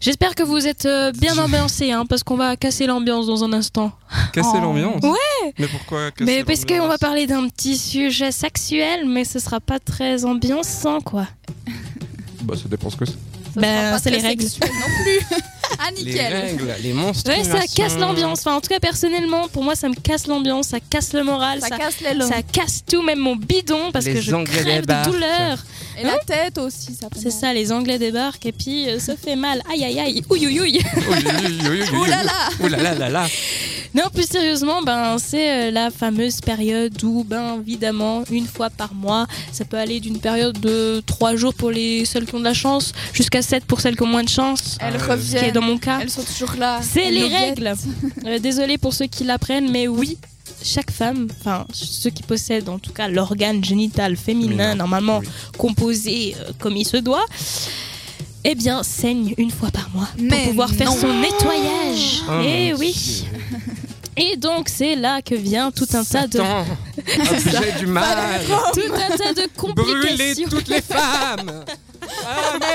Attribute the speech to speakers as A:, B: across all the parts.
A: J'espère que vous êtes euh, bien ambiancés, hein, parce qu'on va casser l'ambiance dans un instant.
B: Casser
A: Oh.
B: l'ambiance.
A: Ouais.
B: Mais pourquoi casser
A: Mais parce qu'on va
B: l'ambiance
A: parler d'un petit sujet sexuel, mais ce sera pas très ambiançant, quoi.
B: Bah, ça dépend ce que c'est.
C: Ça
A: Ben,
C: sera pas
A: c'est
C: très
A: les règles.
C: sexuel non plus. ah
B: Les
C: nickel.
B: règles, les monstres.
A: Ouais, ça casse l'ambiance. Enfin, en tout cas, personnellement, pour moi, ça me casse l'ambiance, ça casse le moral,
C: Ça,
A: ça,
C: casse les
A: ça
C: langues.
A: casse tout, même mon bidon, parce
D: Les
A: que je
D: Anglais
A: crève de
D: débarquent.
A: douleur.
C: Et la tête aussi, ça. peut
A: C'est
C: mal.
A: ça, les Anglais débarquent et puis euh, ça fait mal. Aïe aïe aïe, ouïe ouïe ouïe.
C: Ouh là là.
B: Ouh là là là là.
A: Non, plus sérieusement, ben, c'est euh, la fameuse période où, ben, évidemment, une fois par mois, ça peut aller d'une période de 3 jours pour les seuls qui ont de la chance jusqu'à 7 pour celles qui ont moins de chance,
C: Elles
A: ce
B: Euh,
A: qui est
C: reviennent.
A: dans mon cas.
C: Elles sont toujours là.
A: C'est
C: Elles
A: les
C: nous
A: règles.
C: guettent.
A: Euh, désolée pour ceux qui l'apprennent, mais oui, chaque femme, enfin ceux qui possèdent en tout cas l'organe génital féminin
B: Féminin,
A: normalement
B: oui.
A: composé euh, comme il se doit, eh bien saigne une fois par mois
C: Mais
A: pour pouvoir faire
C: non.
A: son nettoyage.
B: Oh,
A: Eh
B: mon
A: oui.
B: Dieu.
A: Et donc c'est là que vient tout un tas de
B: Satan, objet Ah, du mal.
A: tout un tas de
B: Brûler
A: complications.
B: toutes les femmes. Amen.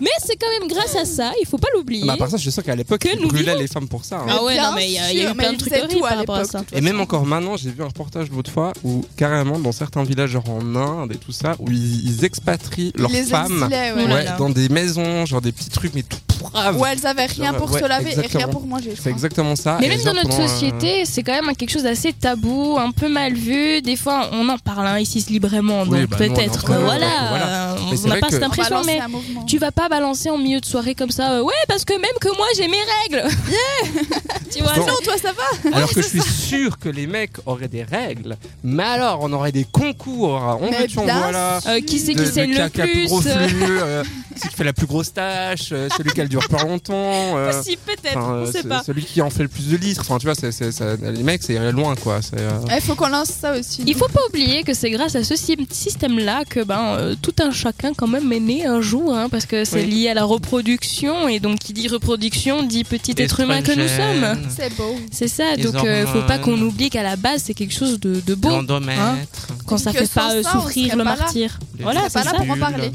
A: Mais c'est quand même grâce à ça, il faut pas l'oublier.
B: Bah, par ça, je suis sûr qu'à l'époque,
A: Que
B: ils
A: nous
B: brûlaient
A: vivons.
B: les femmes pour ça. hein.
A: ah ouais,
C: Bien
A: non mais il y a, il y a
C: sûr,
A: eu
C: mais
A: plein
C: ils
A: de trucs
C: faisaient
A: horribles
C: tout à
A: par rapport à
C: l'époque,
A: ça.
C: de toute
B: Et même encore maintenant, j'ai vu un reportage l'autre fois où carrément dans certains villages genre en Inde et tout ça, où ils, ils expatrient leurs
C: les
B: femmes
C: exilés, ouais.
A: Oh là
B: ouais,
A: là.
B: dans des maisons, genre des petits trucs mais tout brave.
C: Où elles avaient rien
B: Ouais,
C: pour se
B: ouais,
C: laver et rien
B: exactement.
C: pour manger. je
B: C'est
C: crois.
B: exactement ça.
A: Mais
B: Et
A: même
B: les
A: dans
B: gens
A: notre
B: pendant, euh,
A: société, c'est quand même quelque chose d'assez tabou, un peu mal vu. Des fois, on en parle hein, ici librement, donc
B: Oui, bah, nous, on en
A: peut-être que
B: parle, donc
A: voilà,
B: voilà.
A: euh,
B: Mais
A: on
B: c'est
A: n'a
B: vrai
A: pas
B: que-
A: cette
C: On va
A: impression,
C: lancer
A: mais
C: un mouvement.
A: tu vas pas balancer en milieu de soirée comme ça. euh, ouais, parce que même que moi, j'ai mes règles. tu vois,
B: Bon.
A: non,
C: Non, toi, ça va
B: Alors que je suis sûr que les mecs auraient des règles, mais alors on aurait des concours. On
C: Mais
B: veut tu en
C: bien
B: voilà.
A: Euh, qui c'est
B: de-
A: qui
B: de
A: saigne
B: qui a-
A: le
B: qui a plus
A: plus
B: gros
A: euh,
B: flux, euh, celui qui fait la plus grosse tâche, euh, celui qui a le dure pas longtemps. euh,
A: Possible, peut-être,
B: enfin,
A: on
B: euh,
A: sait
B: ce-
A: pas.
B: Celui qui en fait le plus de litres. Enfin, tu vois, c'est- c'est- ça- les mecs, c'est irait loin, quoi. C'est, euh,
C: Il faut qu'on lance ça aussi.
A: Il faut pas oublier que c'est grâce à ce sy- système-là que ben euh, tout un chacun quand même est né un jour, hein, parce que c'est
B: Oui.
A: lié à la reproduction et donc qui dit reproduction dit petit être humain que nous sommes.
D: Estrogène,
C: C'est beau.
A: C'est ça,
D: Les
A: donc euh, faut pas qu'on
D: hormones.
A: oublie qu'à la base c'est quelque chose de, de beau hein.
D: l'endomètre,
A: quand ça
C: Que
A: fait
C: sans
A: pas euh,
C: ça, on
A: souffrir
C: serait
A: le
C: pas là.
A: martyr.
D: les
A: Voilà,
C: C'est pas
A: c'est
C: là
A: ça.
C: pour en
D: bulles.
C: parler.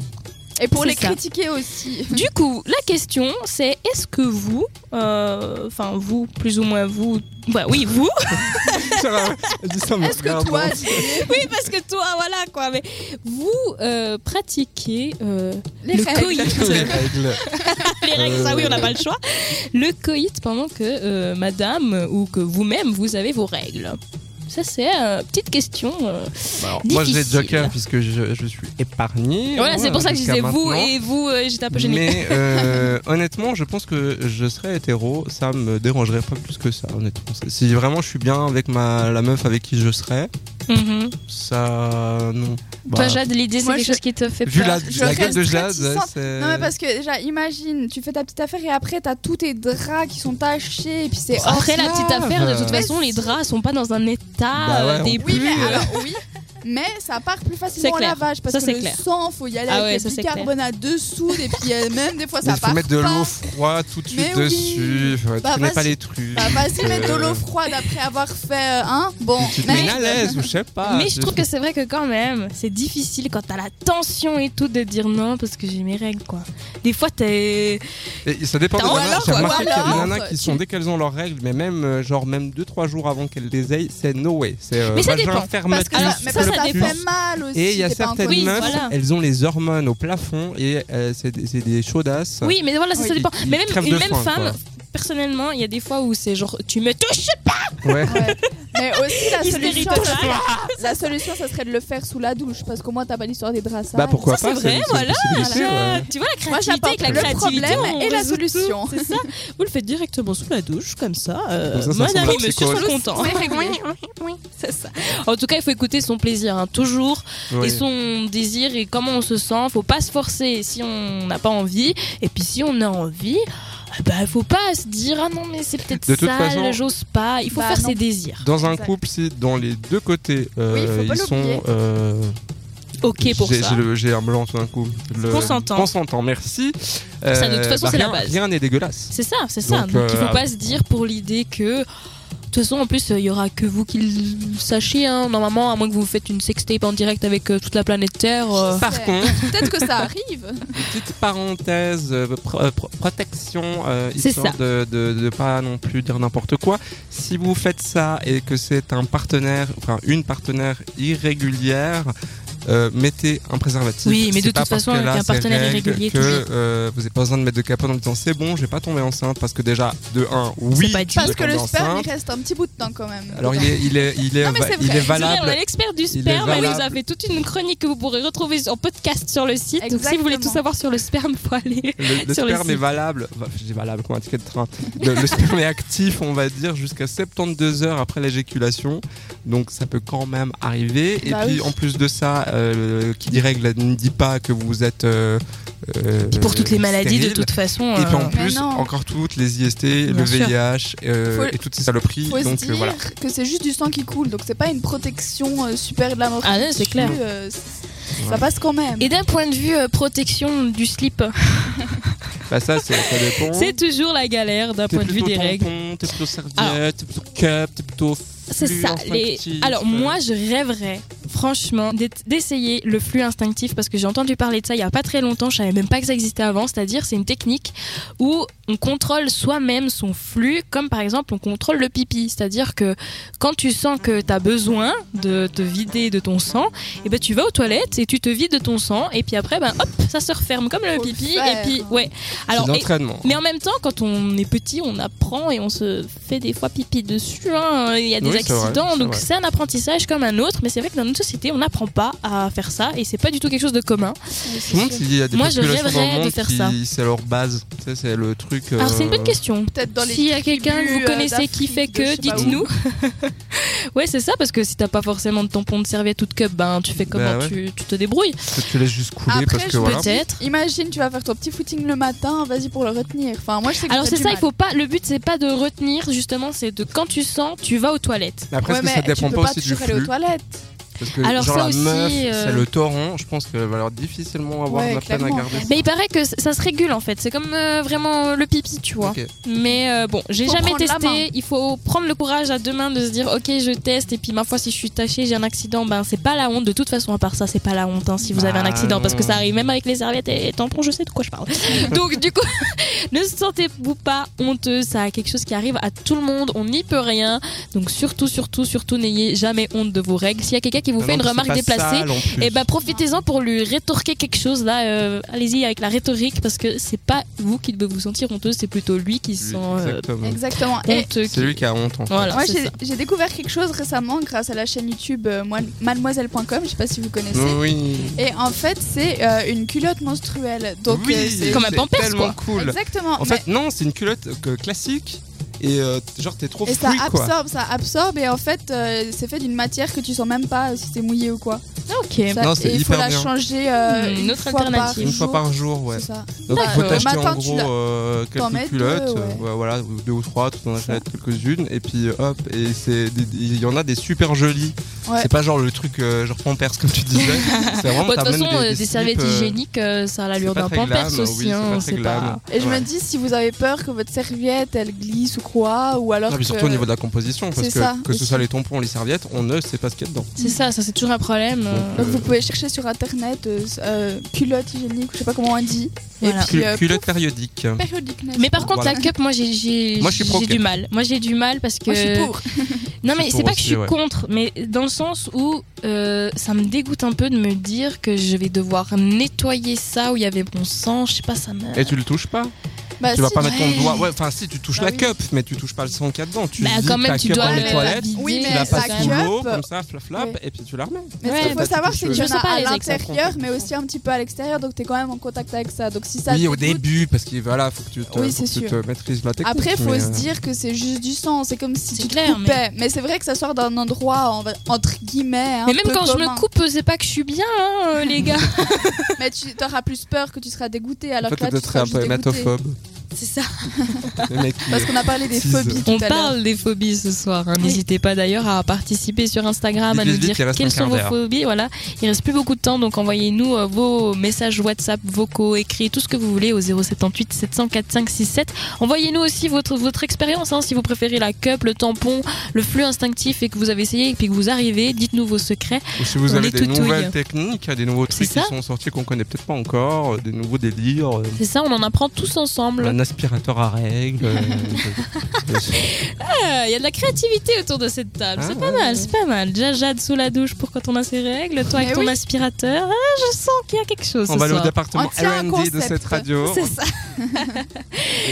C: Et pour
A: C'est
C: les
A: ça.
C: critiquer aussi.
A: Du coup, la question c'est est-ce que vous, euh, enfin vous, plus ou moins vous, bah oui vous,
B: Sarah, elle dit ça, mais
C: Est-ce que
B: regarde,
C: toi,
B: hein.
C: Didier,
A: oui parce que toi voilà quoi, mais vous euh, pratiquez euh,
C: les
A: le
C: règles
B: les
A: coït,
B: règles
A: les règles, ça oui on n'a pas le choix, le coït pendant que euh, madame ou que vous-même vous avez vos règles. Ça c'est euh, petite question. euh,
B: Bah, alors, Moi, j'ai
A: Difficile.
B: Joker puisque je, je suis épargné.
A: Voilà, c'est pour ça que je
B: jusqu'à
A: disais vous
B: maintenant.
A: et vous, euh, j'étais un peu gênée.
B: Mais euh, honnêtement, je pense que je serais hétéro, ça me dérangerait pas plus que ça, honnêtement. Si vraiment je suis bien avec ma, la meuf avec qui je serais,
A: Mhm.
B: ça.
A: Toi,
B: Non. Bah,
A: Jade, l'idée, c'est
C: moi,
A: quelque
C: je-
A: chose qui te fait
B: vu la,
A: peur.
C: je
B: la gueule
C: reste
B: de Jade,
C: réticente.
B: c'est.
C: Non mais parce que déjà imagine, tu fais ta petite affaire et après t'as tous tes draps qui sont tachés et puis c'est
A: Après la
C: horrible.
A: petite affaire, de toute
B: Mais
A: façon, les draps sont pas dans un état
B: Ah, Bah ouais,
A: euh,
B: on-
A: des
C: Oui
A: plus.
C: mais alors oui, mais ça part plus
A: C'est
C: facilement au
A: clair.
C: lavage parce
A: Ça,
C: que
A: c'est
C: le
A: clair.
C: sang faut y aller
A: Ah ouais,
C: avec
A: ça,
C: le
A: c'est clair.
C: bicarbonate dessous et puis euh, même des fois ça
B: il faut
C: part
B: mettre de
C: pas.
B: l'eau froide tout de suite
C: Mais oui.
B: dessus. Faut
C: Bah,
B: traîner
C: vas-y.
B: pas les trucs.
C: Bah vas-y,
B: euh,
C: mettre de l'eau froide après avoir fait euh, hein. Bon,
B: Tu te
C: mais-
B: mets une à l'aise ou je sais pas.
A: mais je trouve que c'est vrai que quand même, c'est difficile quand t'as la tension et tout de dire non parce que j'ai mes règles quoi. Des fois t'es.
B: Et ça dépend des
A: Ou
B: nanas.
A: alors,
B: J'ai
A: quoi,
B: remarqué
C: ou
B: qu'il y a des
C: alors,
B: nanas qui
C: tu-
B: sont dès qu'elles ont leurs règles, mais même euh, genre même 2-3 jours avant qu'elles les aient, c'est no way. C'est euh,
A: Mais ça
B: vagin
A: dépend,
B: fermatus,
C: parce que
A: Alors,
C: ça, mais
A: ça,
C: ça,
A: ça
C: fait
A: dépend.
C: mal aussi.
B: Et il y a
C: t'es pas
B: certaines
C: encore-
A: Oui,
B: meufs,
A: voilà.
B: elles ont les hormones au plafond et euh, c'est des, c'est des chaudasses.
A: Oui, mais voilà, ça, ça
C: Oui,
A: dépend.
B: il
A: Mais même
B: crève
A: une
B: de
A: même
B: faim,
A: femme.
B: quoi.
A: Personnellement, il y a des fois où c'est genre tu me touches.
B: Ouais.
C: Ouais. Mais aussi la
A: Hystérie
C: solution,
A: totale.
C: la solution, ça serait de le faire sous la douche, parce qu'au moins t'as pas l'histoire des draps sales.
B: Bah pourquoi
A: Ça,
B: pas
A: c'est vrai,
B: une- une
A: voilà.
B: possibilité, ouais.
A: Tu vois la
C: Moi,
A: créativité
C: j'apporte
A: avec la
C: le
A: créativité.
C: problème
A: on
C: et la
A: résout tout,
C: solution.
A: C'est ça. Vous le faites directement sous la douche comme ça. euh,
B: Comme ça, ça
A: Madame
B: ressemble à
A: et Monsieur
B: psychose.
A: sont contents. Oui, oui, oui, c'est ça. En tout cas, il faut écouter son plaisir hein, toujours
B: Ouais.
A: et son désir et comment on se sent. Faut pas se forcer si on n'a pas envie. Et puis si on a envie, eh ben faut pas se dire ah non mais c'est peut-être
B: De toute
A: sale,
B: façon-
A: j'ose pas. Il faut
C: Bah,
A: faire
C: non.
A: ses désirs.
B: Dans un
C: Exact.
B: couple, si dans les deux côtés
C: Oui,
B: euh,
C: faut pas
B: ils
C: l'oublier.
B: sont euh,
A: Ok pour
B: j'ai-
A: ça.
B: j'ai le- J'ai un blanc tout d'un coup. Le-
A: Consentant.
B: Consentant, merci. Euh, bah,
A: Ça, de toute façon, c'est la
B: rien-
A: base.
B: Rien n'est dégueulasse.
A: C'est ça, c'est ça.
B: Donc,
A: Donc, il faut
B: euh,
A: pas se dire pour l'idée que de toute façon, en plus, il y aura que vous qui le sachiez. hein. Normalement, à moins que vous faites une sextape en direct avec euh, toute la planète Terre. euh,
B: Par
C: C'est-
B: contre,
C: Peut-être que ça arrive.
B: petite parenthèse, euh, pro- euh, pro- protection, euh,
A: C'est
B: histoire
A: ça.
B: de, de, de pas non plus dire n'importe quoi. Si vous faites ça et que c'est un partenaire, enfin une partenaire irrégulière, euh, mettez un préservatif.
A: Oui, mais
B: C'est
A: de
B: pas
A: toute
B: parce
A: façon,
B: que
A: avec
B: là,
A: un
B: c'est
A: partenaire
B: règle
A: irrégulier,
B: que
A: toujours.
B: euh, vous n'avez pas besoin de mettre de capote en me disant c'est bon, je vais pas tomber enceinte parce que déjà de 1, oui,
A: pas
B: tu
A: dit.
B: vas
C: Parce que le
B: tomber
C: sperme,
B: enceinte.
C: il reste un petit bout de temps quand même.
B: Alors il est, il est, il est,
C: Non, mais c'est
B: il
C: vrai.
B: est
A: c'est vrai, on a
B: valable.
A: l'expert du
B: est
A: sperme, Ah elle nous a
B: valable.
A: fait toute une chronique que vous pourrez retrouver en podcast sur le site. Donc si vous voulez tout
C: Exactement.
A: savoir sur le sperme, faut aller.
B: Le, le
A: Sur le
B: sperme est
A: site.
B: valable, enfin, je dis valable comme un ticket de train. Le, le sperme est actif, on va dire, jusqu'à 72 heures après l'éjaculation. Donc ça peut quand même arriver. Et
C: Bah
B: puis
C: oui.
B: en plus de ça, euh, qui dit règle ne dit pas que vous êtes. euh, euh,
A: Puis pour toutes les maladies,
B: stérile.
A: de toute façon.
B: Et puis en
A: euh,
C: Mais
B: plus,
C: non.
B: encore toutes les IST, le
A: sûr.
B: VIH euh,
C: Faut-
B: et toutes ces saloperies.
C: Faut
B: Donc
C: se
B: euh,
C: dire
B: voilà.
C: que c'est juste du sang qui coule, donc c'est pas une protection euh, super glamour.
A: Ah non, c'est clair.
C: Euh, c- ça passe quand même.
A: Et d'un point de vue euh, protection du slip,
B: Bah, ça, c'est- ça dépend.
A: c'est toujours la galère d'un
B: T'es
A: point de vue
B: plutôt
A: des règles.
B: tampon, T'es plutôt
A: Alors.
B: serviette, t'es plutôt cup, t'es plutôt.
A: C'est
B: flux
A: ça. Les...
B: instinctif,
A: Alors
B: euh.
A: moi, je rêverais, franchement, d'être- d'essayer le flux instinctif parce que j'ai entendu parler de ça il y a pas très longtemps. Je savais même pas que ça existait avant. C'est-à-dire, c'est une technique où on contrôle soi-même son flux, comme par exemple on contrôle le pipi. C'est-à-dire que quand tu sens que tu as besoin de te vider de ton sang, et ben tu vas aux toilettes et tu te vides de ton sang et puis après, ben hop, ça se referme comme le
C: Faut le
A: pipi.
C: faire.
A: et puis ouais.
B: C'est
A: Alors et-
B: l'entraînement.
A: mais en même temps, quand on est petit, on apprend et on se fait des fois pipi dessus. hein. Il y a des
B: Oui, c'est vrai,
A: accidents,
B: c'est
A: donc
B: vrai.
A: c'est un apprentissage comme un autre. Mais c'est vrai que dans notre société, on n'apprend pas à faire ça et c'est pas du tout quelque chose de commun.
B: Euh, Tout le monde, il y a des
A: Moi, je
B: populations dans le
A: rêverais de
B: monde
A: faire
B: qui-
A: ça.
B: c'est leur base. Tu sais, c'est le truc.
A: Alors c'est une
B: euh,
A: bonne question.
C: Peut-être dans les.
A: S'il y a quelqu'un que
C: tribus,
A: vous
C: euh,
A: connaissez qui
C: d'Afrique,
A: fait
C: de
A: que,
C: je sais pas
A: dites-nous. ouais, c'est ça, parce que si t'as pas forcément de tampon de serviette ou de cup, ben tu fais comment
B: Bah ouais.
A: tu, tu te débrouilles.
B: que tu laisses juste couler
C: Après,
B: parce
C: je
B: que voilà.
A: Peut-être.
C: Imagine, tu vas faire ton petit footing le matin, vas-y pour le retenir. Enfin, moi je sais que
A: Alors
C: j'ai
A: c'est
C: du
A: ça, il
C: mal.
A: faut pas. Le but c'est pas de retenir justement, c'est de quand tu sens, tu vas aux toilettes.
B: Mais après,
C: Ouais,
B: est-ce que ça
C: mais
B: dépend
C: tu
B: pas
C: peux pas
B: aussi du
C: toujours aller aux
B: flux
C: toilettes.
B: Parce que
A: Alors
B: genre
A: ça
B: la
A: aussi,
B: meuf,
A: euh,
B: c'est le torrent. Je pense qu'elle va leur difficilement avoir
C: Ouais,
B: la peine à
C: clairement.
B: garder.
A: Mais il paraît que ça se régule en fait. C'est comme euh, vraiment le pipi, tu vois.
B: Ok.
A: Mais euh, bon, j'ai
C: Faut
A: jamais
C: prendre la main.
A: testé. Il faut prendre le courage à deux mains de se dire ok, je teste. Et puis ma foi, si je suis tachée, j'ai un accident, ben c'est pas la honte. De toute façon, à part ça, c'est pas la honte hein, si vous avez un
B: Bah,
A: accident, parce que
B: non.
A: ça arrive même avec les serviettes et tampons. Je sais de quoi je parle. Donc du coup, ne sentez-vous pas honteux. Ça a quelque chose qui arrive à tout le monde. On n'y peut rien. Donc surtout, surtout, surtout, n'ayez jamais honte de vos règles. S'il y a quelqu'un qui vous
B: Ah
A: fait
B: non,
A: une
B: c'est
A: remarque
B: pas
A: déplacée,
B: sale, en plus.
A: et ben profitez-en pour lui rétorquer quelque chose là. euh, Allez-y avec la rhétorique parce que c'est pas vous qui devez vous sentir honteux, c'est plutôt lui qui se sent euh,
B: Exactement.
C: Exactement. Et
A: honteux.
B: C'est lui qui a honte. En fait.
A: Voilà,
C: Eh, moi
A: c'est
C: j'ai-
A: ça.
C: j'ai découvert quelque chose récemment grâce à la chaîne YouTube euh, moi- mademoiselle.com, je sais pas si vous connaissez.
B: Oui, Oui.
C: Et en fait, c'est euh, une culotte menstruelle. Donc
B: Oui,
C: euh, c'est
A: Comme un pampers, quoi.
B: tellement cool.
C: Exactement.
B: En fait, non, c'est une culotte euh, que- classique. Et euh, t- genre, t'es trop
C: Et ça
B: fouille quoi.
C: absorbe, ça absorbe et en fait euh, c'est fait d'une matière que tu sens même pas si c'est mouillé ou quoi.
A: Ok.
C: Ça-
B: Non, c'est
C: et il faut
B: hyper
C: la
B: bien.
C: changer euh,
A: Une
C: une
A: autre
C: fois
A: alternative.
B: Une fois par jour, ouais.
C: C'est ça.
B: Donc il
C: Bah,
B: faut
C: euh,
B: t'acheter en
C: matin, tu
B: gros
C: l'as-
B: euh,
C: t'en
B: quelques
C: mets deux,
B: culottes,
C: ouais.
B: euh, voilà, ou deux ou trois, tu en
C: C'est ça.
B: achètes quelques-unes, et puis euh, hop, et c'est des- des- il y en a des super jolies.
C: Ouais.
B: C'est pas genre le truc euh, genre pampers comme tu disais. c'est vraiment
A: Bon, de toute
B: t'amènes
A: façon, euh, des,
B: slips,
A: serviettes
B: euh,
A: hygiéniques, euh, ça a l'allure
B: c'est pas
A: d'un
B: très
A: pampers
B: glam,
A: aussi.
B: oui,
A: hein,
B: c'est pas très glam.
C: Et je
B: Ouais.
C: me dis si vous avez peur que votre serviette elle glisse ou quoi ou alors
B: Non, mais surtout
C: que-
B: au niveau de la composition, parce
C: c'est
B: que
C: ça.
B: que
C: Et
B: ce
C: si-
B: soit les tampons, les serviettes, on ne sait pas ce qu'il y a dedans.
A: C'est ça, ça c'est toujours un problème. euh,
C: Donc vous pouvez chercher sur internet euh, euh, culotte hygiénique, je sais pas comment on dit.
A: Voilà.
C: Et puis
B: Cul-
C: euh,
B: Culotte périodique.
C: pouf, périodique. nest
A: Mais par contre,
B: Voilà.
A: la cup, moi j'ai- j'ai
B: Moi, je suis pro
A: j'ai
B: cup.
A: du mal. Moi j'ai du mal parce que.
C: Moi, je suis pour.
A: Non
B: Je suis
A: mais
B: pour
A: c'est pas que
B: aussi,
A: je suis
B: ouais.
A: contre, mais dans le sens où euh, ça me dégoûte un peu de me dire que je vais devoir nettoyer ça où il y avait mon sang, je sais pas ça me...
B: Et tu le touches pas
C: Bah,
B: Tu vas
C: si,
B: pas mettre ton
A: ouais.
B: doigt. Ouais, enfin si, tu touches
C: Bah
B: la
C: oui.
B: cup, mais tu touches pas le sang qu'il y a dedans. Tu
A: bah
B: vides
A: quand même
B: ta
A: tu
B: cup
A: dois
B: dans
A: la
B: les
C: mettre
B: toilettes,
A: vider,
C: Oui,
B: tu
C: mais
B: la
C: la
B: passes sous
C: cup,
B: l'eau, comme ça, flap flap,
C: ouais.
B: et puis tu la remets.
C: Mais
A: Ouais.
C: ce qu'il
B: Bah,
C: faut
B: tu
C: savoir,
B: touches
C: c'est qu'il y
A: le-
C: en
A: Je sais
C: a
A: pas
C: à
A: les exemples.
C: l'intérieur, mais aussi un petit peu à l'extérieur, donc t'es quand même en contact avec ça. Donc si ça
B: Oui,
C: te
B: au
C: dégoûte,
B: début, parce qu'il voilà, faut que tu te,
C: Oui,
B: faut
C: c'est
B: que tu
C: sûr.
B: te maîtrises la technique.
C: Après, faut
B: mais,
C: se
B: euh,
C: dire que c'est juste du sang. C'est comme si
A: C'est
C: tu
A: clair,
C: te coupais. Mais, c'est vrai que ça sort d'un endroit en- entre guillemets. un
A: Mais même
C: peu
A: quand je
C: commun.
A: me coupe, c'est pas que je suis bien, hein, euh, les gars.
C: Mais tu auras plus peur que tu seras dégoûté
B: En
C: alors
B: fait,
C: que là,
B: t'es
C: tu
B: très
C: seras
B: un peu
C: juste dégoûté.
B: hématophobe.
E: C'est ça.
B: Le mec qui-
C: Parce qu'on a parlé des
B: Six.
C: phobies tout
A: On
C: à l'heure.
A: parle des phobies ce soir. hein. N'hésitez pas d'ailleurs à participer sur Instagram,
B: Vite,
A: à nous
B: vite, vite,
A: dire
B: il reste un
A: quelles sont
B: quart
A: vos
B: d'heure.
A: phobies. Voilà, il reste plus beaucoup de temps, donc envoyez-nous euh, vos messages WhatsApp, vocaux, écrits, tout ce que vous voulez au 078 704 567. Envoyez-nous aussi votre votre expérience, hein, si vous préférez la cup, le tampon, le flux instinctif et que vous avez essayé et puis que vous arrivez, dites-nous vos secrets.
B: Ou si vous
A: on
B: avez
A: les
B: des
A: toutouille.
B: nouvelles techniques, des nouveaux trucs
A: ça.
B: qui sont sortis qu'on connaît peut-être pas encore, euh, des nouveaux délires, euh,
A: C'est ça, on en apprend tous ensemble.
B: un aspirateur à règles. euh, euh,
A: Ah, Il y a de la créativité autour de cette table.
B: Ah,
A: c'est pas
B: ouais,
A: mal, c'est pas mal. Déjà Jade sous la douche pour quand on a ses règles, toi avec
C: Mais
A: ton
C: oui.
A: aspirateur. Ah, je sens qu'il y a quelque chose.
B: on
A: ce
B: va aller au
A: soir.
B: département
C: On tient un
B: R&D de
C: concept.
B: cette radio.
C: C'est ça.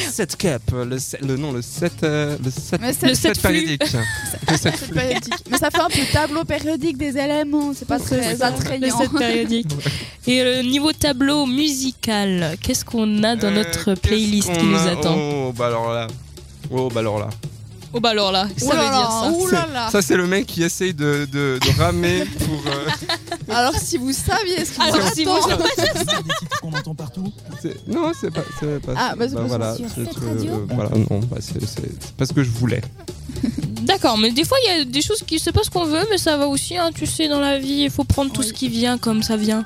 B: Le 7 cup, le, se- le nom, le 7 euh, le 7
C: Mais ça-
A: Le sept flux.
B: Le 7
C: c'est périodique. Mais ça fait un peu tableau périodique des éléments. C'est pas très
A: Le
C: attrayant.
A: set périodique. Et le niveau tableau musical, qu'est-ce qu'on
B: Euh,
A: a Euh, dans notre playlist qui nous attend
B: Oh bah alors là. Oh bah alors là.
A: Oh bah alors là, ça
C: Ouh là
A: veut
C: là,
A: dire ça.
C: ouh là là.
B: Ça c'est le mec qui essaye de, de, de ramer pour... euh,
C: Alors si vous saviez ce qui
A: Alors, si
C: vous
A: vous
C: attend.
A: saviez-
D: Vous avez des titres qu'on entend partout.
B: c'est- Non c'est pas... C'est pas
C: Ah, bah, c'est pas
B: voilà,
C: sur
B: c'est-
C: cette
B: euh,
C: radio.
B: voilà, non, bah, c'est c'est- c'est pas ce que je voulais.
E: D'accord, mais des fois il y a des choses qui c'est pas ce qu'on veut, mais ça va aussi, hein, tu sais, dans la vie, il faut prendre tout
C: Oui.
E: ce qui vient comme ça vient.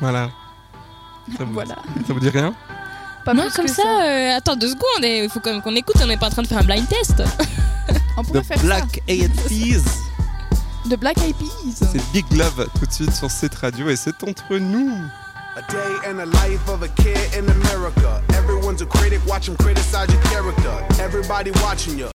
B: Voilà. Ça vous,
C: Voilà.
B: ça vous dit rien
C: Pas
E: non,
C: plus
E: comme
C: que
E: ça, euh, attends deux secondes, il faut quand même qu'on écoute, on n'est pas en train de faire un blind test.
C: On pourrait faire ça.
B: Eyed Peas
C: De Black Eyed Peas.
B: C'est Big Love tout de suite sur cette radio et c'est entre nous
F: A day in the life of a kid in America. Everyone's a critic, watch 'em criticize your character. Everybody watching you.